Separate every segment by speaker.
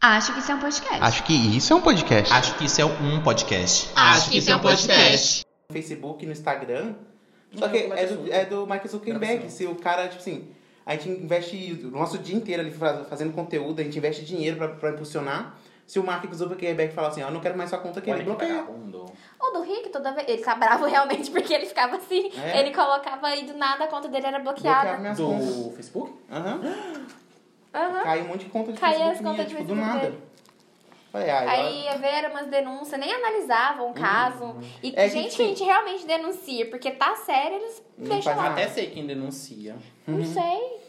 Speaker 1: Acho que isso é um podcast.
Speaker 2: Acho que isso é um podcast.
Speaker 3: Acho que isso é um podcast.
Speaker 4: Acho que isso é um podcast.
Speaker 5: No Facebook, no Instagram. Só que é do, é do Mark Zuckerberg. Se o cara, tipo assim, a gente investe o nosso dia inteiro ali fa- fazendo conteúdo, a gente investe dinheiro pra, pra impulsionar. Se o Mark Zuckerberg falar assim, ó, eu não quero mais sua conta aqui, ele bloqueia.
Speaker 1: O do Rick, toda vez. Ele tá bravo realmente, porque ele ficava assim.
Speaker 5: É.
Speaker 1: Ele colocava aí do nada, a conta dele era
Speaker 5: Bloqueava
Speaker 1: bloqueada.
Speaker 5: minhas contas.
Speaker 3: Do Facebook?
Speaker 5: Aham.
Speaker 1: Aham.
Speaker 5: Caiu um monte de conta de
Speaker 1: Caiu
Speaker 5: Facebook
Speaker 1: as contas
Speaker 5: minha,
Speaker 1: de
Speaker 5: tipo, do
Speaker 1: Facebook
Speaker 5: nada.
Speaker 1: dele.
Speaker 5: Falei, ah, agora-
Speaker 1: Aí ia ver umas denúncias, nem analisavam o caso. E
Speaker 5: Uhum. É que,
Speaker 1: gente que
Speaker 5: tipo,
Speaker 1: a gente realmente denuncia, porque tá sério, eles
Speaker 5: Não
Speaker 1: deixam
Speaker 5: faz
Speaker 1: lá.
Speaker 5: nada. Uhum.
Speaker 3: Até sei quem denuncia.
Speaker 1: Não sei.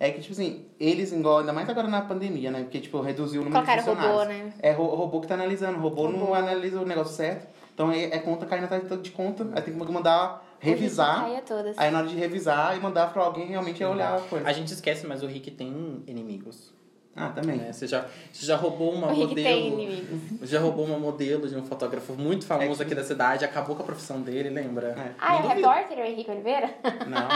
Speaker 5: É que, tipo assim, eles, igual, ainda mais agora na pandemia, né? Porque, tipo, reduziu o número
Speaker 1: Colocaram
Speaker 5: de funcionários.
Speaker 1: robô, né?
Speaker 5: É ro- robô que tá analisando, robô, não
Speaker 1: Robô.
Speaker 5: analisa o negócio certo. Então é, é conta caindo atrás de conta. Aí tem que mandar revisar.
Speaker 1: Caia todas.
Speaker 5: Aí na hora de revisar e mandar pra alguém realmente é olhar a coisa.
Speaker 3: A gente esquece, mas o Rick tem inimigos.
Speaker 5: Ah, também.
Speaker 3: né? Você, já, você já roubou uma
Speaker 1: o Rick tem
Speaker 3: modelo.
Speaker 1: inimigos.
Speaker 3: Você já roubou uma modelo de um fotógrafo muito
Speaker 5: É
Speaker 3: famoso
Speaker 5: que-
Speaker 3: aqui da cidade, acabou com a profissão dele, lembra?
Speaker 5: É.
Speaker 1: Ah, é o
Speaker 5: Não duvido.
Speaker 1: repórter, o Henrique Oliveira?
Speaker 5: Não.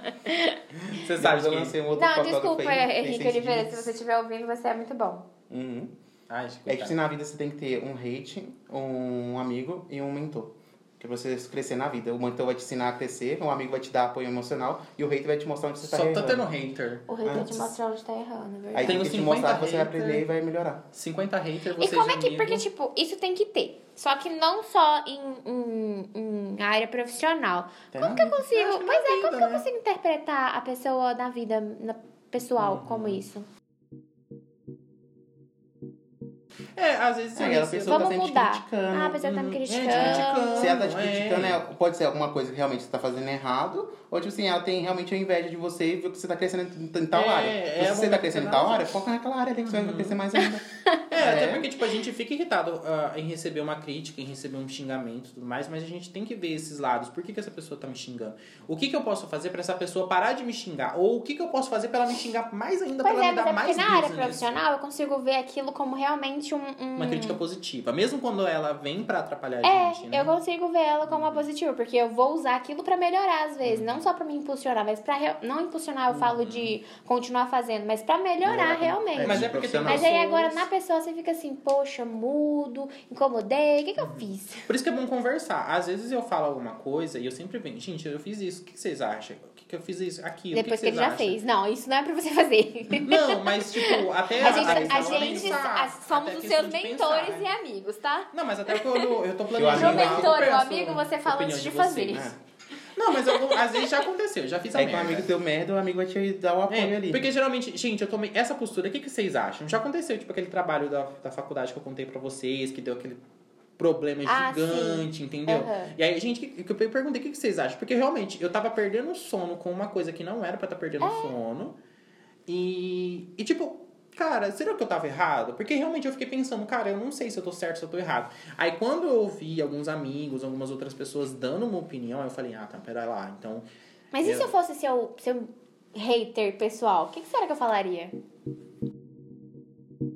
Speaker 3: Você sabe
Speaker 5: Sabe, eu
Speaker 3: que.
Speaker 5: lancei um outro
Speaker 1: Não,
Speaker 5: fotógrafo
Speaker 1: desculpa, é
Speaker 5: aí, tem
Speaker 1: Henrique
Speaker 5: seis
Speaker 1: Oliveira,
Speaker 5: dias.
Speaker 1: se você estiver ouvindo, você é muito bom.
Speaker 5: Uhum.
Speaker 3: Ai,
Speaker 5: É que
Speaker 3: coitado.
Speaker 5: assim, na vida você tem que ter um hate, um amigo e um mentor. Pra você crescer na vida. O mentor vai te ensinar a crescer, um amigo vai te dar apoio emocional e o hate vai te mostrar onde você tá
Speaker 3: Só tá
Speaker 5: errando.
Speaker 3: tendo hater.
Speaker 1: O Rick vai te
Speaker 5: Antes.
Speaker 1: mostrar onde tá errando, é verdade.
Speaker 5: É. Aí tem
Speaker 3: Tem
Speaker 5: que
Speaker 3: uns
Speaker 5: te mostrar
Speaker 3: 50
Speaker 5: que você vai
Speaker 3: hater.
Speaker 5: aprender e vai melhorar.
Speaker 3: 50 hater, você
Speaker 1: E como é que.
Speaker 3: gemido.
Speaker 1: Porque, tipo, isso tem que ter. Só que não só em, em, em área profissional.
Speaker 5: Até
Speaker 1: como
Speaker 5: na
Speaker 1: que eu consigo.
Speaker 3: Acho que na
Speaker 1: pois é, como
Speaker 3: vida,
Speaker 1: que eu
Speaker 3: né?
Speaker 1: consigo interpretar a pessoa na vida na pessoal
Speaker 3: Uhum.
Speaker 1: como isso?
Speaker 3: É, às vezes você
Speaker 5: É, ela
Speaker 3: recebe-
Speaker 5: pessoa tá
Speaker 1: Vamos
Speaker 5: sempre te
Speaker 1: mudar.
Speaker 5: criticando.
Speaker 1: Ah, a pessoa tá me
Speaker 3: Uhum. É, te
Speaker 1: criticando.
Speaker 3: criticando.
Speaker 5: Se ela tá te
Speaker 3: Não é.
Speaker 5: criticando, é- pode ser alguma coisa que realmente você tá fazendo errado, ou tipo assim, ela tem realmente inveja de você e viu que você tá crescendo em em tal
Speaker 3: É,
Speaker 5: área.
Speaker 3: é
Speaker 5: Mas
Speaker 3: uma
Speaker 5: se você tá crescendo em tal
Speaker 3: oportunidade.
Speaker 5: área, foca naquela área ali que você vai crescer mais ainda.
Speaker 3: É, até
Speaker 5: É.
Speaker 3: porque, tipo, a gente fica irritado ah, em receber uma crítica, em receber um xingamento e tudo mais, mas a gente tem que ver esses lados. Por que, que essa pessoa tá me xingando? O que, que eu posso fazer pra essa pessoa parar de me xingar? Ou o que, que eu posso fazer pra ela me xingar mais ainda,
Speaker 1: Pois
Speaker 3: pra ela
Speaker 1: é,
Speaker 3: me
Speaker 1: mas
Speaker 3: dar
Speaker 1: é porque
Speaker 3: mais
Speaker 1: na área
Speaker 3: business?
Speaker 1: profissional eu consigo ver aquilo como realmente um. um-
Speaker 3: Uma crítica positiva. Mesmo quando ela vem pra atrapalhar a gente,
Speaker 1: É,
Speaker 3: né? Uhum.
Speaker 1: eu consigo ver ela como uma positiva, porque eu vou usar aquilo pra melhorar às vezes, não só pra me impulsionar, mas para não impulsionar eu falo de continuar fazendo, mas pra melhorar
Speaker 5: Melhorar como-
Speaker 1: realmente.
Speaker 5: É,
Speaker 3: Mas Uhum. é porque tem
Speaker 5: profissional.
Speaker 1: Mas aí
Speaker 3: pessoas-
Speaker 1: agora na pessoa você fica assim, poxa, mudo, incomodei, o que, que eu fiz?
Speaker 3: Por isso que é bom conversar. Às vezes eu falo alguma coisa e eu sempre venho, gente, eu fiz isso, o que que vocês acham? O que, que eu fiz isso? Aquilo. o
Speaker 1: Depois que,
Speaker 3: que, que
Speaker 1: ele
Speaker 3: vocês
Speaker 1: já fez. Não, isso não é pra você fazer.
Speaker 3: acham? Não, mas tipo, até
Speaker 1: a gente, tá-
Speaker 3: às vezes dá
Speaker 1: a
Speaker 3: pra
Speaker 1: gente
Speaker 3: pensar,
Speaker 1: a- somos
Speaker 3: até
Speaker 1: os
Speaker 3: questão
Speaker 1: seus
Speaker 3: de pensar,
Speaker 1: mentores
Speaker 3: né?
Speaker 1: e amigos, tá?
Speaker 3: Não, mas até quando eu tô
Speaker 5: amigo
Speaker 3: planejando.
Speaker 5: é
Speaker 3: algo,
Speaker 5: mentor,
Speaker 3: eu
Speaker 1: o
Speaker 3: peço
Speaker 1: amigo você fala
Speaker 3: opinião
Speaker 1: antes de
Speaker 3: vocês.
Speaker 1: fazer.
Speaker 3: É. Não, mas algum- às vezes já aconteceu, já fiz a
Speaker 5: Aí que um
Speaker 3: merda.
Speaker 5: amigo teu merda, o amigo vai te dar o apoio
Speaker 3: É,
Speaker 5: ali.
Speaker 3: porque geralmente, gente, eu tomei essa postura, o que, que vocês acham? Já aconteceu, tipo, aquele trabalho da, da faculdade que eu contei pra vocês, que deu aquele problema
Speaker 1: Ah, É
Speaker 3: gigante, entendeu?
Speaker 1: Aham.
Speaker 3: E aí, gente, que, que eu perguntei o que, que vocês acham, porque realmente eu tava perdendo sono com uma coisa que não era pra estar tá perdendo
Speaker 5: É.
Speaker 3: sono. E, e tipo, cara, será que eu tava errado? Porque realmente eu fiquei pensando, cara, eu não sei se eu tô certo, se eu tô errado. Aí quando eu ouvi alguns amigos, algumas outras pessoas dando uma opinião, eu falei, ah, tá, pera lá, então.
Speaker 1: Mas e
Speaker 3: Eu-
Speaker 1: se eu fosse seu, seu hater pessoal? O que, que será que eu falaria?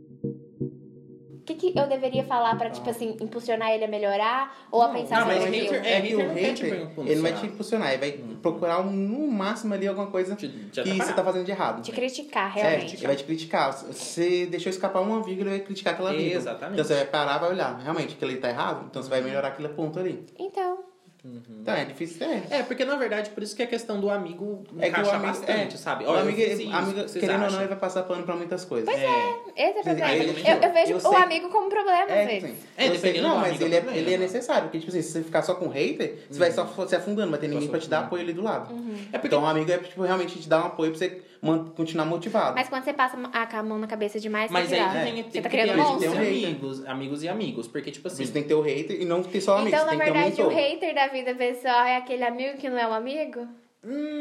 Speaker 1: O que, que eu deveria falar pra, tipo assim, impulsionar ele a melhorar? Ou a
Speaker 3: Ah. Não,
Speaker 1: pensar
Speaker 3: não,
Speaker 1: sobre
Speaker 3: mas
Speaker 1: aquilo?
Speaker 3: hater- é,
Speaker 5: é que o
Speaker 3: hater não quer te
Speaker 5: hater,
Speaker 3: impulsionar.
Speaker 5: ele vai te impulsionar, ele vai procurar um- no máximo ali alguma coisa
Speaker 3: Te-
Speaker 5: que
Speaker 3: te
Speaker 5: você
Speaker 3: atrapalhar.
Speaker 5: tá fazendo de errado.
Speaker 1: Te criticar,
Speaker 5: É,
Speaker 1: realmente.
Speaker 5: ele vai te criticar. Se Você deixou escapar uma vírgula, ele vai criticar aquela vírgula.
Speaker 3: Exatamente.
Speaker 5: Então você vai parar, vai olhar. Realmente, aquilo ali tá errado, então você vai melhorar aquele ponto ali.
Speaker 3: tipo
Speaker 1: Então,
Speaker 5: Então é difícil ter.
Speaker 3: Uhum. É, porque na verdade, por isso que a questão do amigo
Speaker 5: É que o
Speaker 3: encaixa
Speaker 5: amigo-
Speaker 3: bastante,
Speaker 5: é.
Speaker 3: sabe?
Speaker 5: O
Speaker 3: Olha,
Speaker 5: amigo,
Speaker 3: eu fiz isso,
Speaker 5: amigo
Speaker 3: o que vocês
Speaker 5: querendo ou não,
Speaker 3: acham?
Speaker 5: ele vai passar pano pra muitas coisas.
Speaker 3: é.
Speaker 1: esse é o problema.
Speaker 5: aí,
Speaker 1: Eu, eu vejo
Speaker 5: eu
Speaker 1: o
Speaker 5: sei-
Speaker 1: amigo como problema, às
Speaker 5: É,
Speaker 1: vezes.
Speaker 5: sim.
Speaker 3: É,
Speaker 5: Eu sei,
Speaker 3: dependendo
Speaker 5: não,
Speaker 3: do
Speaker 5: mas
Speaker 3: amigo
Speaker 5: ele é,
Speaker 3: também,
Speaker 5: ele é
Speaker 3: né?
Speaker 5: necessário, porque, tipo assim, se você ficar só com hater, você vai só se afundando, vai ter ninguém pra te dar apoio ali do lado.
Speaker 3: É porque
Speaker 5: Então, um amigo é, tipo, realmente te dar um apoio pra você man- continuar motivado.
Speaker 1: Mas quando você passa a a mão na cabeça demais,
Speaker 3: Mas
Speaker 1: você
Speaker 3: aí
Speaker 1: vira.
Speaker 3: que
Speaker 5: É.
Speaker 3: tem,
Speaker 1: Você
Speaker 3: tem
Speaker 1: tá
Speaker 3: que
Speaker 1: criando
Speaker 3: ter
Speaker 5: um
Speaker 3: amigos,
Speaker 1: monstro.
Speaker 5: monstro.
Speaker 3: amigos, amigos e amigos, porque tipo
Speaker 5: Você
Speaker 3: assim,
Speaker 5: tem que ter o hater e não ter só amigo,
Speaker 1: Então,
Speaker 5: você
Speaker 1: na
Speaker 5: tem que ter um
Speaker 1: verdade,
Speaker 5: mentor.
Speaker 1: o hater da vida pessoal é aquele amigo que não é um amigo?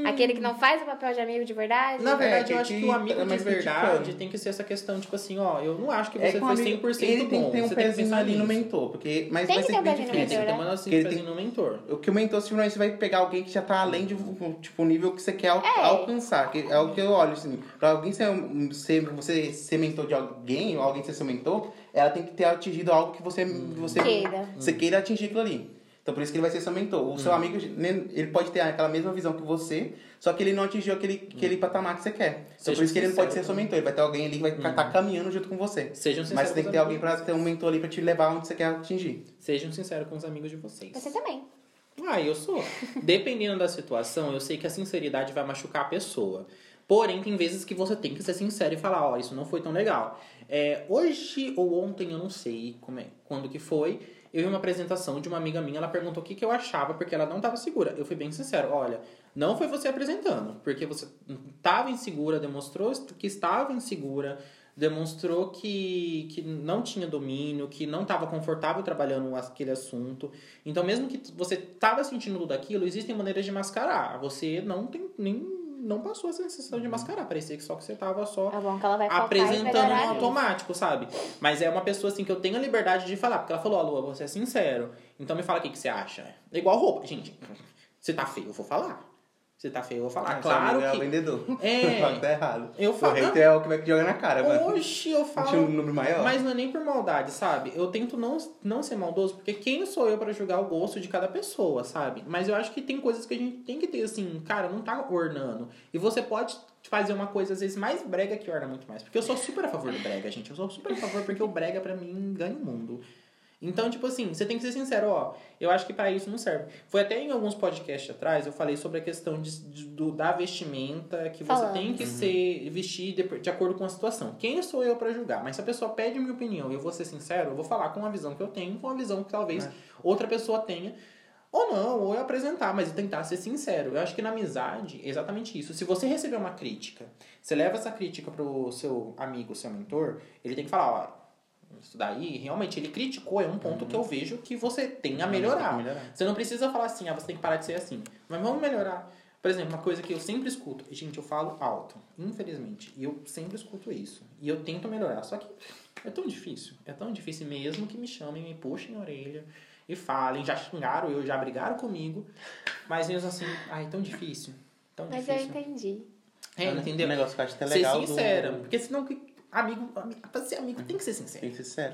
Speaker 1: Aquele que não faz o papel de amigo de verdade?
Speaker 3: na verdade
Speaker 5: É, que-
Speaker 3: eu acho que
Speaker 5: que
Speaker 3: o amigo
Speaker 5: tá
Speaker 3: de
Speaker 5: mais
Speaker 3: verdade
Speaker 5: criticando.
Speaker 3: tem que ser essa questão tipo assim, ó, eu não acho que
Speaker 5: É
Speaker 3: você
Speaker 5: que um
Speaker 3: foi
Speaker 5: amigo-
Speaker 3: 100%
Speaker 5: ele
Speaker 3: bom.
Speaker 5: tem que ter
Speaker 3: você tem
Speaker 5: um
Speaker 3: que
Speaker 5: pezinho
Speaker 3: pensar
Speaker 5: ali
Speaker 3: nisso.
Speaker 5: no mentor, porque mas vai
Speaker 1: Tem que
Speaker 5: ser
Speaker 1: ter
Speaker 5: bem
Speaker 1: um pezinho no
Speaker 3: É, tem
Speaker 5: difícil.
Speaker 3: que ter
Speaker 1: né?
Speaker 3: uma assim,
Speaker 5: Ele tem-
Speaker 3: pezinho no mentor.
Speaker 5: O que o mentor simplesmente vai pegar alguém que já tá além de tipo, o nível que você quer al-
Speaker 1: É.
Speaker 5: alcançar. Que é o que eu olho, assim. Pra alguém ser, um- ser- você ser mentor de alguém, ou alguém ser seu mentor, ela tem que ter atingido algo que você, você
Speaker 1: Queira.
Speaker 5: você queira atingir aquilo ali. Então Então por isso que ele vai ser seu mentor. O
Speaker 3: Hum.
Speaker 5: seu amigo, né, ele pode ter aquela mesma visão que você, só que ele não atingiu aquele, aquele patamar que você quer. Então
Speaker 3: Hum. Seja
Speaker 5: por isso que ele não pode ser
Speaker 3: sincero. né? Uhum.
Speaker 5: seu mentor. Ele vai ter alguém ali que vai estar caminhando junto com você.
Speaker 3: Sejam
Speaker 5: Mas
Speaker 3: sinceros
Speaker 5: você tem
Speaker 3: com
Speaker 5: que
Speaker 3: os
Speaker 5: ter alguém
Speaker 3: amigos.
Speaker 5: pra ter um mentor ali pra te levar onde você quer atingir.
Speaker 3: Sejam sinceros com os amigos de vocês.
Speaker 1: Você também.
Speaker 3: Ah, eu sou. Dependendo da situação, eu sei que a sinceridade vai machucar a pessoa. Porém, tem vezes que você tem que ser sincero e falar, ó, isso não foi tão legal. É, hoje ou ontem, eu não sei como é- quando que foi, eu vi uma apresentação de uma amiga minha, ela perguntou o que, que eu achava, porque ela não estava segura. Eu fui bem sincero, olha, não foi você apresentando, porque você estava insegura, demonstrou que estava insegura, demonstrou que, que não tinha domínio, que não estava confortável trabalhando aquele assunto. Então, mesmo que t- você tava sentindo tudo aquilo, existem maneiras de mascarar. Você não tem nem não passou essa sensação de mascarar, parecia que só que você tava só
Speaker 1: É bom que ela vai focar e
Speaker 3: apresentando
Speaker 1: melhorar
Speaker 3: no
Speaker 1: nisso.
Speaker 3: automático, sabe? Mas é uma pessoa assim que eu tenho a liberdade de falar, porque ela falou, ó, Lua, você é sincero. Então me fala o que, que você acha. É igual roupa, gente. Você tá feio, eu vou falar. Você tá feio, eu vou falar.
Speaker 5: Seu
Speaker 3: claro
Speaker 5: amigo É o
Speaker 3: que.
Speaker 5: vendedor.
Speaker 3: É.
Speaker 5: Fala que tá errado.
Speaker 3: Eu falo-
Speaker 5: O hater é o que vai jogar na cara, mano.
Speaker 3: Hoje eu
Speaker 5: Tinha
Speaker 3: falo.
Speaker 5: um número maior.
Speaker 3: Mas não é nem por maldade, sabe? Eu tento não, não ser maldoso, porque quem sou eu pra julgar o gosto de cada pessoa, sabe? Mas eu acho que tem coisas que a gente tem que ter, assim, cara, não tá ornando. E você pode fazer uma coisa, às vezes, mais brega que orna muito mais. Porque eu sou super a favor do brega, gente. Eu sou super a favor porque o brega, pra mim, ganha o mundo. Então, tipo assim, você tem que ser sincero, ó. Eu acho que pra isso não serve. Foi até em alguns podcasts atrás, eu falei sobre a questão de, de- do, da vestimenta, que
Speaker 1: Falando.
Speaker 3: você tem que ser vestir de, de acordo com a situação. Quem sou eu pra julgar? Mas se a pessoa pede minha opinião e eu vou ser sincero, eu vou falar com a visão que eu tenho, com a visão que talvez outra pessoa tenha. Ou não, ou eu apresentar, mas eu tentar ser sincero. Eu acho que na amizade é exatamente isso. Se você receber uma crítica, você leva essa crítica pro seu amigo, seu mentor, ele tem que falar, ó, isso daí, realmente, ele criticou, é um ponto que eu vejo que você tem a
Speaker 5: Uhum.
Speaker 3: melhorar. Você não precisa falar assim, ah, você tem que parar de ser assim. Mas vamos melhorar. Por exemplo, uma coisa que eu sempre escuto, e, gente, eu falo alto, infelizmente, e eu sempre escuto isso. E eu tento melhorar, só que é tão difícil, é tão difícil mesmo que me chamem, me puxem a orelha e falem, já xingaram eu, já brigaram comigo, mas mesmo assim, ai, tão difícil, tão
Speaker 1: Mas eu
Speaker 3: difícil.
Speaker 1: entendi.
Speaker 3: É,
Speaker 5: O
Speaker 3: entendeu?
Speaker 5: um negócio que eu acho até
Speaker 3: Ser
Speaker 5: legal do-
Speaker 3: sincera, porque senão que amigo, ami- pra ser amigo tem que ser
Speaker 5: Tem
Speaker 3: sincero.
Speaker 5: que ser sincero.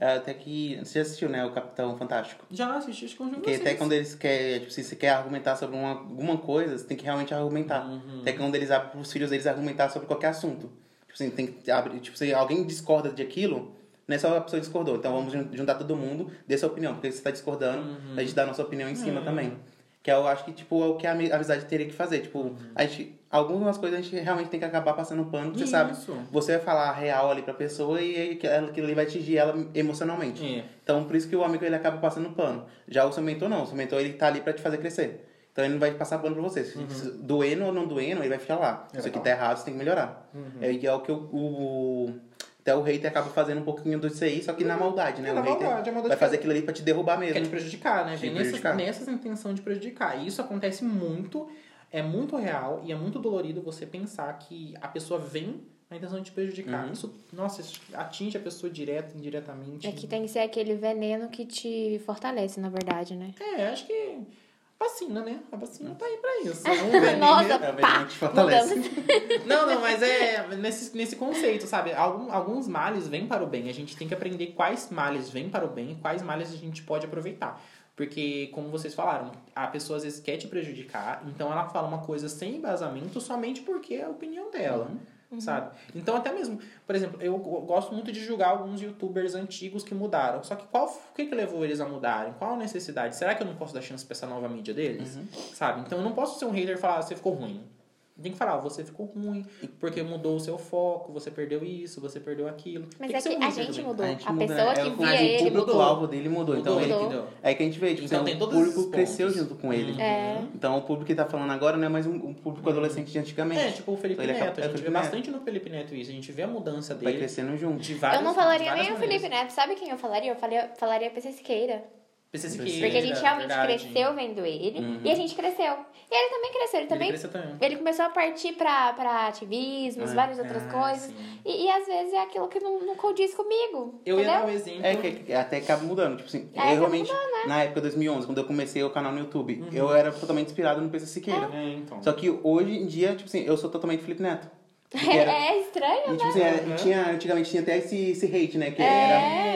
Speaker 5: É, Até que. Você já assistiu, né? O Capitão Fantástico.
Speaker 3: Uhum. Já assisti os conjuntos.
Speaker 5: Porque até quando eles querem, tipo, se você quer argumentar sobre uma, alguma coisa, você tem que realmente argumentar.
Speaker 3: Uhum.
Speaker 5: Até quando eles abrem pros filhos deles argumentar sobre qualquer assunto. Tipo assim, tem que abrir, tipo, se alguém discorda de aquilo, não é só a pessoa que discordou. Então vamos jun- juntar todo mundo, dê sua opinião, porque você tá discordando,
Speaker 3: Uhum.
Speaker 5: a gente dá a nossa opinião em cima também. Que eu acho que, tipo, é o que a ami- a amizade teria que fazer. Tipo, a gente, algumas coisas a gente realmente tem que acabar passando pano, porque você sabe.
Speaker 3: Isso.
Speaker 5: Você vai falar a real ali pra pessoa e aí que- ela- aquilo ali vai atingir ela emocionalmente.
Speaker 3: É.
Speaker 5: Então, por isso que o amigo ele acaba passando pano. Já o seu mentor não. O seu mentor ele tá ali pra te fazer crescer. Então, ele não vai passar pano pra você. Se se doendo ou não doendo, ele vai ficar lá.
Speaker 3: Ele
Speaker 5: Isso
Speaker 3: vai
Speaker 5: aqui
Speaker 3: tá
Speaker 5: tá errado, você tem que melhorar. É, e é o que o, o, até o hater acaba fazendo um pouquinho disso aí, só que na maldade, né?
Speaker 3: É,
Speaker 5: o
Speaker 3: na
Speaker 5: hater
Speaker 3: maldade, é maldade
Speaker 5: vai
Speaker 3: que-
Speaker 5: fazer aquilo ali pra te derrubar mesmo.
Speaker 3: Quer te prejudicar, né?
Speaker 5: Te
Speaker 3: Vem
Speaker 5: prejudicar.
Speaker 3: Nessas, nessas intenção de prejudicar. E isso acontece muito, é muito real e é muito dolorido você pensar que a pessoa vem na intenção de te prejudicar.
Speaker 5: Uhum.
Speaker 3: Isso, nossa, isso atinge a pessoa direto, indiretamente.
Speaker 1: É que tem que ser aquele veneno que te fortalece, na verdade, né?
Speaker 3: É, acho que vacina, né? A
Speaker 5: Uhum.
Speaker 3: vacina tá aí pra isso. É um veneno.
Speaker 1: Nossa,
Speaker 5: É,
Speaker 1: pá!
Speaker 5: veneno que te fortalece.
Speaker 1: Mudamos.
Speaker 3: Não, não, mas é nesse, nesse conceito, sabe? Algum- alguns males vêm para o bem. A gente tem que aprender quais males vêm para o bem e quais males a gente pode aproveitar. Porque, como vocês falaram, a pessoa às vezes quer te prejudicar, então ela fala uma coisa sem embasamento somente porque é a opinião dela. Sabe? Então, até mesmo, por exemplo, eu go- gosto muito de julgar alguns youtubers antigos que mudaram. Só que qual f- o que, que levou eles a mudarem? Qual a necessidade? Será que eu não posso dar chance pra essa nova mídia deles?
Speaker 5: Uhum.
Speaker 3: Sabe? Então eu não posso ser um hater e falar, "Ah, você ficou ruim. Tem que falar, "Ah, você ficou ruim, porque mudou o seu foco, você perdeu isso, você perdeu aquilo.
Speaker 1: Mas
Speaker 3: Tem
Speaker 1: é
Speaker 3: ser
Speaker 1: que
Speaker 3: um
Speaker 1: a
Speaker 3: hater
Speaker 1: gente
Speaker 3: também.
Speaker 1: mudou. A,
Speaker 5: gente muda,
Speaker 1: pessoa
Speaker 5: né?
Speaker 1: que
Speaker 5: É, o
Speaker 1: via ele
Speaker 5: público, O
Speaker 1: mudou.
Speaker 5: alvo dele mudou.
Speaker 3: Mudou.
Speaker 5: Então, ele
Speaker 1: Mudou.
Speaker 5: É que a gente vê, tipo,
Speaker 3: Então
Speaker 5: assim,
Speaker 3: tem
Speaker 5: o
Speaker 3: todos esses
Speaker 5: público
Speaker 3: pontos.
Speaker 5: cresceu junto com ele.
Speaker 1: É.
Speaker 5: Então o público que tá falando agora não é mais um, um público adolescente de antigamente.
Speaker 3: É, tipo o Felipe
Speaker 5: Ele é
Speaker 3: Neto.
Speaker 5: cap-
Speaker 3: A
Speaker 5: é o
Speaker 3: gente vê
Speaker 5: Felipe Neto.
Speaker 3: bastante no Felipe Neto isso. A gente vê a mudança
Speaker 5: Vai
Speaker 3: dele
Speaker 5: crescendo junto.
Speaker 3: de várias
Speaker 1: eu não falaria
Speaker 3: de várias
Speaker 1: nem o
Speaker 3: maneiras.
Speaker 1: Felipe Neto. Sabe quem eu falaria? Eu falaria, falaria PC Siqueira.
Speaker 3: PC
Speaker 5: Porque
Speaker 1: Porque a gente
Speaker 3: Siqueira,
Speaker 1: realmente
Speaker 3: verdade.
Speaker 1: cresceu vendo ele. E a gente cresceu. E ele também cresceu. Ele também
Speaker 3: Ele cresceu também.
Speaker 1: Ele começou a partir pra, pra ativismos,
Speaker 5: Ah,
Speaker 1: várias outras
Speaker 3: ah,
Speaker 1: coisas.
Speaker 3: sim.
Speaker 1: E, e às vezes é aquilo que não, não condiz comigo.
Speaker 3: Eu ia
Speaker 1: entendeu?
Speaker 3: dar um exemplo.
Speaker 5: É que que até acaba mudando, tipo assim,
Speaker 1: É, acaba né?
Speaker 5: eu realmente, na época de 2011, quando eu comecei o canal no YouTube, eu era totalmente inspirado no PC Siqueira.
Speaker 3: É, então.
Speaker 5: Só que hoje em dia, tipo assim, eu sou totalmente Felipe Neto. Que era-
Speaker 1: É estranho,
Speaker 5: E,
Speaker 1: né?
Speaker 5: tipo assim, era-
Speaker 3: Uhum.
Speaker 5: tinha, antigamente tinha até esse, esse hate, né? Que
Speaker 1: É.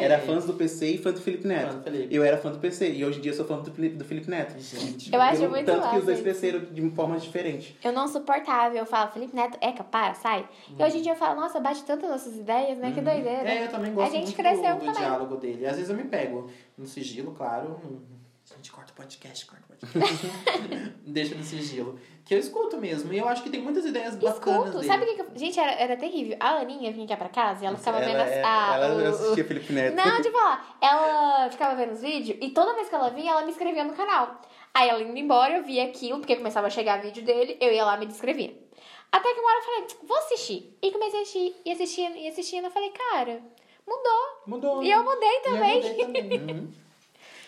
Speaker 5: era, era fãs do PC e fã do Felipe
Speaker 3: Fã
Speaker 5: Neto.
Speaker 3: do Felipe.
Speaker 5: Eu era fã do PC e hoje em dia eu sou fã do Felipe, do Felipe Neto.
Speaker 3: Gente.
Speaker 1: Eu acho
Speaker 5: Pelo-
Speaker 1: muito
Speaker 5: Tanto que
Speaker 1: massa
Speaker 5: os dois
Speaker 1: isso.
Speaker 5: cresceram de formas diferentes.
Speaker 1: Eu não suportava, eu falo, Felipe Neto, eca, para, sai. E hoje em dia eu falo, nossa, bate tanto nas nossas ideias, né? Que
Speaker 5: Uhum.
Speaker 1: doideira.
Speaker 3: É, eu também gosto
Speaker 1: A gente
Speaker 3: muito
Speaker 1: cresceu
Speaker 3: do, do
Speaker 1: também.
Speaker 3: diálogo dele. Às vezes eu me pego no sigilo, claro. no- A gente corta o podcast, corta o podcast. Deixa no sigilo. Que eu escuto mesmo. E eu acho que tem muitas ideias bacanas
Speaker 1: Escuto,
Speaker 3: dele.
Speaker 1: sabe o que, que eu... Gente, era, era terrível. A Aninha vinha pra casa e ela ficava
Speaker 5: ela, é,
Speaker 1: vendo as... a-
Speaker 5: ela,
Speaker 1: o- o-
Speaker 5: assistia Felipe Neto.
Speaker 1: Não, de falar. Ela ficava vendo os vídeos e toda vez que ela vinha, ela me inscrevia no canal. Aí ela indo embora, eu via aquilo, porque começava a chegar vídeo dele, eu ia lá e me descrevia. Até que uma hora eu falei, vou assistir. E comecei a assistir, e assistindo, e assistindo. Eu falei, cara, mudou. né?
Speaker 3: Mudou.
Speaker 1: E eu mudei
Speaker 3: E eu
Speaker 1: também.
Speaker 3: mudei também.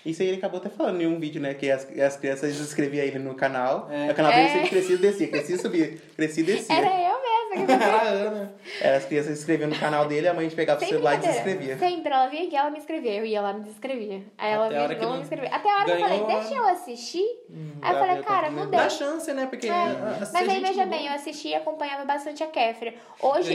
Speaker 5: Isso aí ele acabou até falando em um vídeo, né? Que as, as crianças inscreviam ele no canal.
Speaker 3: É.
Speaker 5: O canal dele
Speaker 1: É.
Speaker 5: sempre crescia e descia, crescia e subia, crescia e descia.
Speaker 1: Era eu mesma. que-
Speaker 3: Era a Ana.
Speaker 5: Era as crianças inscreviam no canal dele, a mãe pegava o
Speaker 1: Sem
Speaker 5: celular e
Speaker 1: brincadeira.
Speaker 5: desinscrevia.
Speaker 1: Sempre. Ela vinha e ela me inscrevia. Eu ia lá e me descrevia. Aí ela
Speaker 3: Até a
Speaker 1: vinha
Speaker 3: hora
Speaker 1: de
Speaker 3: que
Speaker 1: novo e
Speaker 3: não
Speaker 1: me inscrevia. Até a hora que eu
Speaker 3: ganhou Hum,
Speaker 1: falei,
Speaker 3: a-
Speaker 1: deixa eu assistir. Aí eu
Speaker 5: dá
Speaker 1: falei,
Speaker 5: pra
Speaker 3: tá
Speaker 1: cara,
Speaker 5: continuar.
Speaker 1: mudei.
Speaker 3: Dá chance, né? Porque. ah, se a
Speaker 1: É, Mas aí,
Speaker 3: gente
Speaker 1: veja
Speaker 3: mudou-
Speaker 1: bem, eu assisti e acompanhava bastante a Kéfera. Hoje,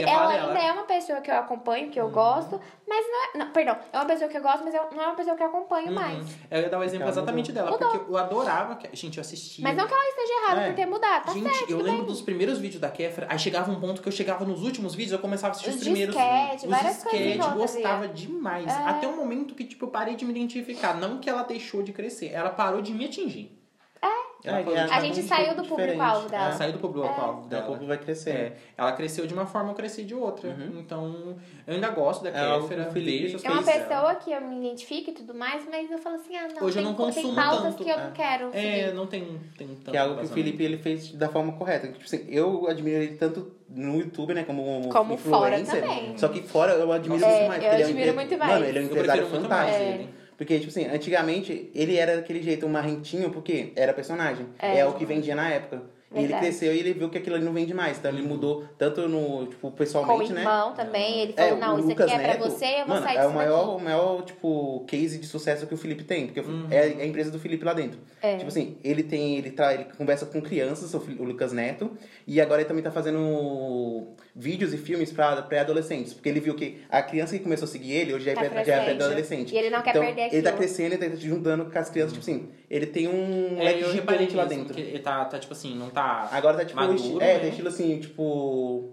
Speaker 3: Eu ia falar
Speaker 1: ela
Speaker 3: dela. Uhum.
Speaker 1: ainda é uma pessoa que eu acompanho, que eu gosto, mas não é. Não, perdão, é uma pessoa que eu gosto, mas eu- não é uma pessoa que eu
Speaker 3: Uhum.
Speaker 1: acompanho mais.
Speaker 3: Eu ia dar o exemplo
Speaker 5: Ela
Speaker 3: exatamente dela,
Speaker 1: Mudou.
Speaker 3: porque eu adorava. que- Gente, eu assistia.
Speaker 1: Mas não que ela esteja errada
Speaker 5: É.
Speaker 1: por ter mudado, tá
Speaker 3: Gente,
Speaker 1: certo?
Speaker 3: eu
Speaker 1: tudo
Speaker 3: lembro
Speaker 1: bem.
Speaker 3: dos primeiros vídeos da Kéfera, aí chegava um ponto que eu chegava nos últimos vídeos, eu começava a assistir os,
Speaker 1: Os
Speaker 3: primeiros.
Speaker 1: disquete,
Speaker 3: os
Speaker 1: várias coisas É. que
Speaker 3: disquete,
Speaker 1: ela fazia.
Speaker 3: gostava demais. Até o momento que, tipo, eu parei de me identificar. Não que ela deixou de crescer, ela parou de me atingir. É? Ela
Speaker 5: É,
Speaker 3: parou
Speaker 5: ela
Speaker 3: de...
Speaker 1: A
Speaker 5: tá
Speaker 1: gente
Speaker 5: muito
Speaker 1: saiu do
Speaker 5: diferente.
Speaker 1: público-alvo
Speaker 5: Ah,
Speaker 3: Ela
Speaker 1: dela.
Speaker 3: saiu do público-alvo
Speaker 5: Daí o
Speaker 3: dela.
Speaker 5: povo vai crescer.
Speaker 3: É, ela cresceu de uma forma, eu cresci de outra. Então, eu ainda gosto da
Speaker 5: Uhum. É algo
Speaker 3: Kéfera.
Speaker 5: que o Felipe
Speaker 3: beijo,
Speaker 5: fez.
Speaker 1: É uma
Speaker 3: beijo.
Speaker 1: pessoa que eu me identifico e tudo mais, mas eu falo assim, ah, não,
Speaker 3: Hoje eu
Speaker 1: tem,
Speaker 3: não
Speaker 1: co- tem
Speaker 3: consumo
Speaker 1: pautas
Speaker 3: tanto,
Speaker 1: que eu
Speaker 5: é.
Speaker 1: não quero
Speaker 3: É,
Speaker 1: seguir.
Speaker 3: não tem, tem tanto
Speaker 5: Que é algo que o
Speaker 3: vazamento.
Speaker 5: Felipe ele fez da forma correta. Tipo assim, eu admiro ele tanto no YouTube, né? Como, um
Speaker 1: Como fora
Speaker 5: influencer.
Speaker 1: também.
Speaker 5: Só que fora eu admiro
Speaker 1: É,
Speaker 5: muito mais.
Speaker 1: eu
Speaker 5: porque ele é um
Speaker 1: admiro
Speaker 5: empre-
Speaker 1: muito mais.
Speaker 5: Mano, ele é um
Speaker 3: Eu
Speaker 5: empresário
Speaker 3: prefiro muito mais
Speaker 1: É.
Speaker 5: fantástico.
Speaker 3: ele.
Speaker 5: Porque, tipo assim, antigamente ele era daquele jeito um marrentinho, porque era personagem.
Speaker 1: É.
Speaker 5: É, o que vendia na época. E ele
Speaker 1: Verdade.
Speaker 5: cresceu e ele viu que aquilo ali não vende mais. Então ele mudou tanto no, tipo,
Speaker 1: Com o
Speaker 5: pessoalmente, né?
Speaker 1: irmão também, ele
Speaker 5: É,
Speaker 1: falou, não,
Speaker 5: o
Speaker 1: isso
Speaker 5: Lucas
Speaker 1: aqui é pra
Speaker 5: Neto,
Speaker 1: você, eu vou
Speaker 5: mano,
Speaker 1: sair
Speaker 5: é o
Speaker 1: disso
Speaker 5: maior,
Speaker 1: daqui.
Speaker 5: o maior, tipo, case de sucesso que o Felipe tem. Porque é a empresa do Felipe lá dentro.
Speaker 1: É.
Speaker 5: Tipo assim, ele tem, ele, tra... ele conversa com crianças, o, Fili- o Lucas Neto. E agora ele também tá fazendo vídeos e filmes pra pré-adolescentes. Porque ele viu que a criança que começou a seguir ele, hoje já é
Speaker 1: Tá
Speaker 5: pré- já é
Speaker 1: crescendo.
Speaker 5: pré-adolescente.
Speaker 1: E ele não quer
Speaker 5: então,
Speaker 1: perder
Speaker 5: Ele tá
Speaker 1: aquilo.
Speaker 5: crescendo, ele tá se juntando com as crianças. Tipo assim, ele tem um
Speaker 3: Uhum. É,
Speaker 5: leque
Speaker 3: eu reparei
Speaker 5: gigante lá
Speaker 3: nisso,
Speaker 5: dentro.
Speaker 3: que ele tá, tá, tipo assim, não tá.
Speaker 5: Agora tá tipo.
Speaker 3: Maduro,
Speaker 5: esti- é,
Speaker 3: né?
Speaker 5: tá estilo assim, tipo.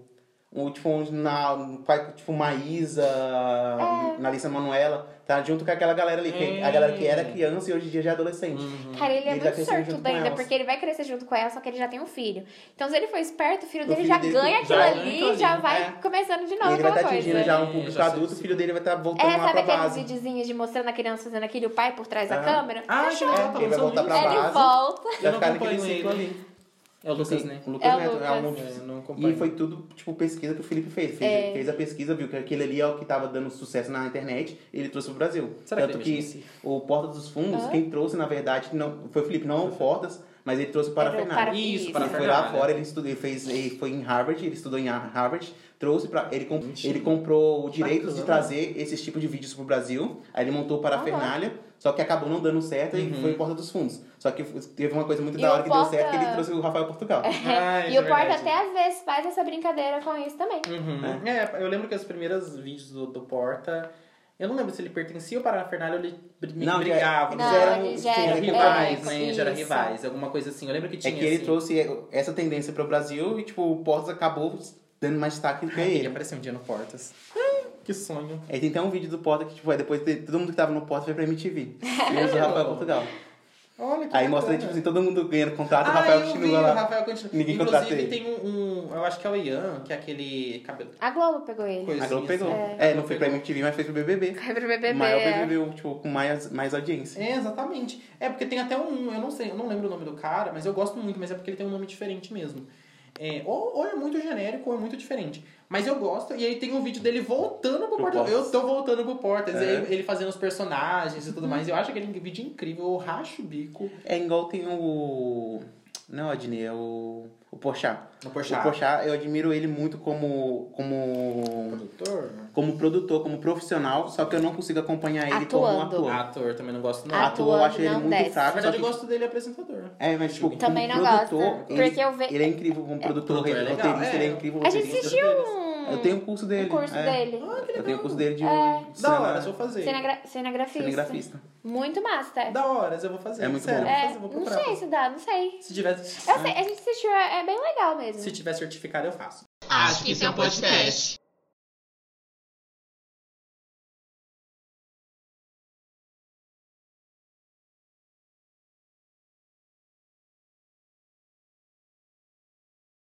Speaker 5: Um, tipo, um, na, um pai- tipo Maísa,
Speaker 1: É.
Speaker 5: Larissa Manuela, tá junto com aquela galera ali, que, a
Speaker 3: É.
Speaker 5: galera que era criança e hoje em dia já é adolescente.
Speaker 3: Uhum.
Speaker 1: Cara, ele é
Speaker 5: Ele tá
Speaker 1: muito
Speaker 5: crescendo junto
Speaker 1: sortudo
Speaker 5: com
Speaker 1: ainda,
Speaker 5: elas.
Speaker 1: porque ele vai crescer junto com ela, só que ele já tem um filho. Então, se ele for esperto, o filho
Speaker 5: O
Speaker 1: dele
Speaker 5: filho
Speaker 1: já
Speaker 5: dele
Speaker 1: ganha
Speaker 5: já
Speaker 1: aquilo
Speaker 5: ganha
Speaker 1: ali,
Speaker 3: aquilo
Speaker 1: já
Speaker 3: ali,
Speaker 1: vai
Speaker 5: é.
Speaker 1: começando de
Speaker 5: E
Speaker 1: novo
Speaker 5: ele vai
Speaker 1: aquela
Speaker 5: estar
Speaker 1: coisa.
Speaker 5: atingindo já um
Speaker 3: É,
Speaker 5: público
Speaker 3: já sei
Speaker 5: adulto, o
Speaker 3: disso.
Speaker 5: filho dele vai estar voltando
Speaker 1: É,
Speaker 5: lá
Speaker 1: sabe
Speaker 5: pra
Speaker 1: aqueles
Speaker 5: base.
Speaker 1: videozinhos de mostrando a criança fazendo aquilo, o pai por trás da
Speaker 5: Aham.
Speaker 1: câmera?
Speaker 3: Ah,
Speaker 1: Fechou.
Speaker 3: que legal,
Speaker 5: É, ele vai
Speaker 3: lançando
Speaker 5: voltar pra
Speaker 3: isso.
Speaker 1: Ele
Speaker 5: base.
Speaker 1: volta.
Speaker 5: Vai
Speaker 3: Eu não
Speaker 5: ficar naquele
Speaker 3: acompanho
Speaker 5: ciclo
Speaker 3: ele.
Speaker 5: ali.
Speaker 3: É o Lucas,
Speaker 5: Assim,
Speaker 3: né?
Speaker 5: O
Speaker 1: É
Speaker 5: Lucas
Speaker 1: o
Speaker 5: Neto é um
Speaker 1: Lucas.
Speaker 3: É, não acompanho.
Speaker 5: E foi tudo, tipo, pesquisa que o Felipe fez. Fez,
Speaker 1: É.
Speaker 5: fez a pesquisa, viu que aquele ali é o que tava dando sucesso na internet, ele trouxe pro Brasil.
Speaker 3: Será que
Speaker 5: Tanto
Speaker 3: ele
Speaker 5: que,
Speaker 3: mexe
Speaker 5: o Porta dos Fundos, quem trouxe, na verdade, não foi o Felipe, não o Portas, mas ele trouxe para a
Speaker 1: Era o
Speaker 5: Fernanda.
Speaker 1: para-
Speaker 3: Isso,
Speaker 1: Isso. é
Speaker 3: para
Speaker 5: Ele foi lá fora, ele estudou, ele fez, ele foi em Harvard, ele estudou em Harvard, trouxe para ele, com-
Speaker 3: Mentira.
Speaker 5: ele comprou o direito de
Speaker 3: Bacana.
Speaker 5: trazer esses tipos de vídeos pro Brasil. Aí ele montou
Speaker 1: Ah, tá.
Speaker 5: para a Fernalha, só que acabou não dando certo e
Speaker 3: Uhum.
Speaker 5: foi em Porta dos Fundos. Só que teve uma coisa muito
Speaker 1: E
Speaker 5: da hora
Speaker 1: o
Speaker 5: que
Speaker 1: Porta- É.
Speaker 5: deu certo, que ele trouxe o Rafael Portugal. É,
Speaker 3: Ah,
Speaker 1: e o Porta até às vezes faz essa brincadeira com isso também.
Speaker 3: É, eu lembro que os primeiros vídeos do, do Porta. Eu não lembro se ele pertencia ou para a Fernalha ou ele br-
Speaker 5: Não, já-
Speaker 3: brigava.
Speaker 5: eles
Speaker 1: Não,
Speaker 3: sei.
Speaker 5: eram-
Speaker 1: eles já
Speaker 5: sim,
Speaker 3: Era
Speaker 1: eram
Speaker 5: eram
Speaker 3: rivais,
Speaker 1: É,
Speaker 3: né? Já era
Speaker 1: isso.
Speaker 3: rivais, alguma coisa assim. Eu lembro que
Speaker 5: É
Speaker 3: tinha.
Speaker 5: que ele
Speaker 3: assim.
Speaker 5: trouxe essa tendência pro Brasil e, tipo, o Portas acabou dando mais destaque do que
Speaker 3: Ele
Speaker 5: ele.
Speaker 3: apareceu um dia no Portas. Que sonho.
Speaker 5: Aí tem até um vídeo do Porta que, tipo, é depois de, todo mundo que tava no Porta foi pra
Speaker 1: É
Speaker 5: MTV. Menos o Rafael Portugal.
Speaker 3: Olha que
Speaker 5: Aí mostra,
Speaker 3: bacana.
Speaker 5: tipo assim, todo mundo ganhando contrato, o
Speaker 3: Ah,
Speaker 5: Rafael
Speaker 3: eu vi,
Speaker 5: continua
Speaker 3: o
Speaker 5: lá.
Speaker 3: Rafael continua.
Speaker 5: Ninguém contrata
Speaker 3: Inclusive
Speaker 5: ele.
Speaker 3: tem um, um- Eu acho que é o Ian, que é aquele cabelo.
Speaker 1: A Globo pegou ele.
Speaker 3: Coisa.
Speaker 5: A Globo
Speaker 3: Isso,
Speaker 5: pegou.
Speaker 1: assim.
Speaker 3: é.
Speaker 5: É, não foi pra MTV, mas foi pro BBB.
Speaker 1: Vai pro
Speaker 5: O
Speaker 1: BBB.
Speaker 5: maior
Speaker 1: é.
Speaker 5: BBB, tipo, com mais, mais audiência.
Speaker 3: É, exatamente. É porque tem até um, eu não sei, eu não lembro o nome do cara, mas eu gosto muito, mas é porque ele tem um nome diferente mesmo. É, ou, ou é muito genérico ou é muito diferente. Mas eu gosto, e aí tem um vídeo dele voltando pro,
Speaker 5: Pro
Speaker 3: Porta.
Speaker 5: Portas.
Speaker 3: Eu tô voltando pro Portas,
Speaker 5: É.
Speaker 3: e aí ele fazendo os
Speaker 1: Uhum.
Speaker 3: personagens e tudo mais. Eu acho aquele vídeo incrível, eu racho o bico.
Speaker 5: É igual tem É o. Não, Adnei, é o. O Porchat.
Speaker 3: O Porchat.
Speaker 5: O Porchat, eu admiro ele muito como. como.
Speaker 3: Produtor?
Speaker 5: como produtor, como profissional, só que eu não consigo acompanhar ele como
Speaker 1: Atuando.
Speaker 5: ator.
Speaker 3: Ator, também não gosto não.
Speaker 1: Ah,
Speaker 5: Ator, eu acho ele
Speaker 1: Atuando não
Speaker 5: muito
Speaker 1: desce.
Speaker 5: fraco.
Speaker 3: Na verdade,
Speaker 5: só
Speaker 3: eu
Speaker 5: que-
Speaker 3: gosto dele apresentador.
Speaker 5: É, mas tipo,
Speaker 1: Também
Speaker 5: como
Speaker 1: não
Speaker 5: produtor,
Speaker 1: gosto,
Speaker 5: ele,
Speaker 1: porque eu ve-
Speaker 5: ele é incrível como produtor,
Speaker 3: Produtor é legal,
Speaker 5: roteirista, ele é
Speaker 3: é.
Speaker 5: incrível
Speaker 1: A gente
Speaker 5: roteirista.
Speaker 1: assistiu um,
Speaker 5: Eu tenho um curso dele.
Speaker 1: um curso
Speaker 5: é.
Speaker 1: dele. É.
Speaker 5: Eu tenho o curso dele de
Speaker 3: Ah, Da
Speaker 5: cinema-
Speaker 3: hora, eu vou fazer.
Speaker 1: Cinegra- Cinegrafista.
Speaker 5: cinegrafista.
Speaker 1: Muito massa, tá?
Speaker 3: Da hora, eu vou fazer. Ah.
Speaker 5: É muito
Speaker 3: Sério,
Speaker 5: bom.
Speaker 3: eu vou
Speaker 1: É,
Speaker 3: fazer, vou
Speaker 1: não
Speaker 3: procurar.
Speaker 1: sei se dá, não sei.
Speaker 3: Se tiver, se
Speaker 1: Eu sei, a gente assistiu, é, é bem legal mesmo.
Speaker 3: tiver certificado, eu faço.
Speaker 4: Acho que isso é um podcast.